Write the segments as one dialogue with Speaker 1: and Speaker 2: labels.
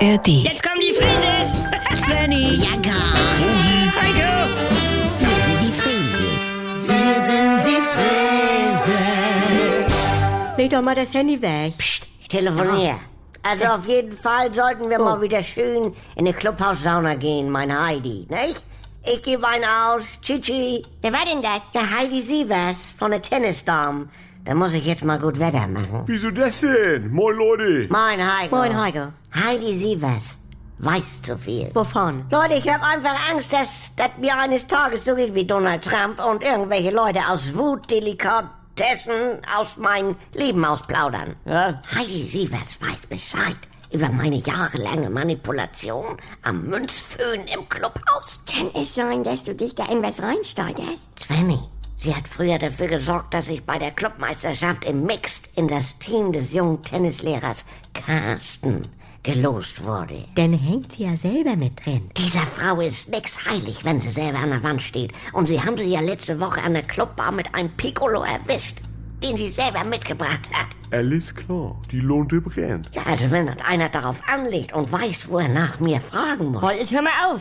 Speaker 1: ARD.
Speaker 2: Jetzt kommen die Frises!
Speaker 3: Svenny. Ja, gar.
Speaker 2: Heiko!
Speaker 3: Wir sind die Frieses. Wir sind die Frieses.
Speaker 4: Leg doch mal das Handy weg.
Speaker 3: Psst, telefonier.
Speaker 4: Ah.
Speaker 3: Also auf jeden Fall sollten
Speaker 4: Oh.
Speaker 3: wir mal wieder schön in eine Clubhaussauna gehen, mein Heidi, nicht? Ich gebe einen aus. Tschüssi.
Speaker 2: Wer war denn das?
Speaker 3: Der Heidi Sievers von der Tennisdame. Da muss ich jetzt mal gut Wetter machen.
Speaker 5: Wieso das denn? Moin Leute.
Speaker 3: Moin, Heiko.
Speaker 4: Moin, Heiko.
Speaker 3: Heidi Sievers weiß zu viel.
Speaker 4: Wovon?
Speaker 3: Leute, ich habe einfach Angst, dass das mir eines Tages so geht wie Donald Trump und irgendwelche Leute aus Wut, Delikatessen aus meinem Leben ausplaudern.
Speaker 2: Ja.
Speaker 3: Heidi Sievers weiß Bescheid über meine jahrelange Manipulation am Münzföhn im Clubhaus.
Speaker 2: Kann es sein, dass du dich da in was reinsteigerst?
Speaker 3: Svenny, sie hat früher dafür gesorgt, dass ich bei der Clubmeisterschaft im Mixed in das Team des jungen Tennislehrers Carsten gelost wurde.
Speaker 4: Dann hängt sie ja selber mit drin.
Speaker 3: Dieser Frau ist nix heilig, wenn sie selber an der Wand steht. Und sie haben sie ja letzte Woche an der Clubbar mit einem Piccolo erwischt, den sie selber mitgebracht hat.
Speaker 5: Alles klar, die Lunte brennt.
Speaker 3: Ja, also wenn dann einer darauf anlegt und weiß, wo er nach mir fragen muss.
Speaker 2: Boll, Oh, jetzt hör mal auf!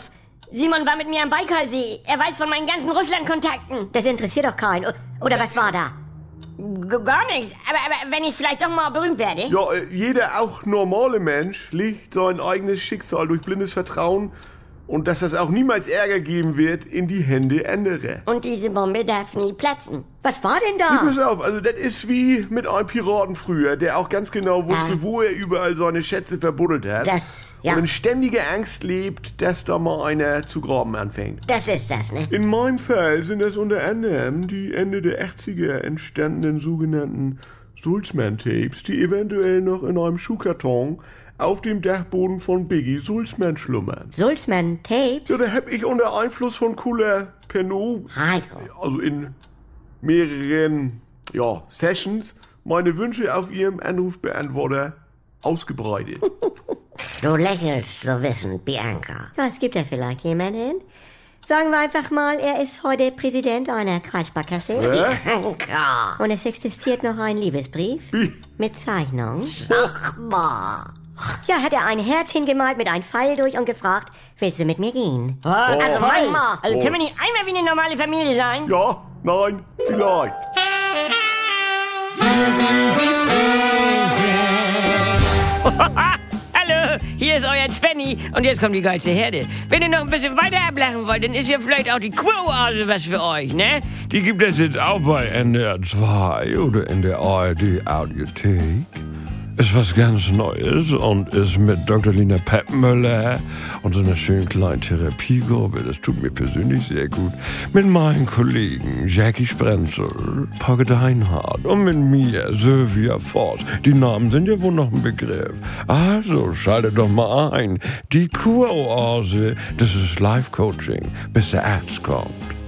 Speaker 2: Simon war mit mir am Baikalsee. Er weiß von meinen ganzen Russland-Kontakten.
Speaker 4: Das interessiert doch keinen. O- Oder was war da?
Speaker 2: G- Gar nichts. Aber, aber wenn ich vielleicht doch mal berühmt werde.
Speaker 5: Ja, äh, jeder auch normale Mensch legt sein eigenes Schicksal durch blindes Vertrauen und dass das auch niemals Ärger geben wird in die Hände anderer.
Speaker 2: Und diese Bombe darf nie platzen.
Speaker 4: Was war denn
Speaker 3: Ah.
Speaker 4: da?
Speaker 5: Pass auf, also das ist wie mit einem Piraten früher, der auch ganz genau wusste,
Speaker 3: Ja.
Speaker 5: wo er überall seine Schätze verbuddelt hat.
Speaker 3: Das- ja.
Speaker 5: Und in ständiger Angst lebt, dass da mal einer zu graben anfängt.
Speaker 3: Das ist das, ne?
Speaker 5: In meinem Fall sind das unter anderem die Ende der 80er entstandenen sogenannten Sulzmann-Tapes, die eventuell noch in einem Schuhkarton auf dem Dachboden von Biggie Sulzmann schlummern.
Speaker 4: Sulzmann
Speaker 5: Ja,
Speaker 4: Tapes?
Speaker 5: da hab ich unter Einfluss von cooler Pernod,
Speaker 3: Heiko.
Speaker 5: also in mehreren ja, Sessions, meine Wünsche auf ihrem Anrufbeantworter ausgebreitet.
Speaker 3: Du lächelst so wissend, Bianca.
Speaker 4: Ja, es gibt ja vielleicht jemanden. Sagen wir einfach mal, er ist heute Präsident einer Kreissparkasse.
Speaker 5: Hä?
Speaker 3: Bianca.
Speaker 4: Und es existiert noch ein Liebesbrief. Mit Zeichnung.
Speaker 3: Ach, ma.
Speaker 4: Ja, hat er ein Herz hingemalt mit einem Pfeil durch und gefragt, willst du mit mir gehen?
Speaker 2: Oh, also,
Speaker 3: mein Mann.
Speaker 2: also können wir nicht einmal wie eine normale Familie sein?
Speaker 5: Ja, nein, vielleicht.
Speaker 6: Hallo, hier ist euer Svenny und jetzt kommt die geilste Herde. Wenn ihr noch ein bisschen weiter ablachen wollt, dann ist ja vielleicht auch die Quo-Ase was für euch, ne?
Speaker 7: Die gibt es jetzt auch bei NDR 2 oder in der ARD Audiothek. Ist was ganz Neues und ist mit Dr. Lina Peppmüller und so einer schönen kleinen Therapiegruppe, das tut mir persönlich sehr gut, mit meinen Kollegen Jackie Sprenzel, Pogge Deinhardt und mit mir Sylvia Voss. Die Namen sind ja wohl noch ein Begriff. Also schaltet doch mal ein. Die Kuroase, das ist Life Coaching, bis der Arzt kommt.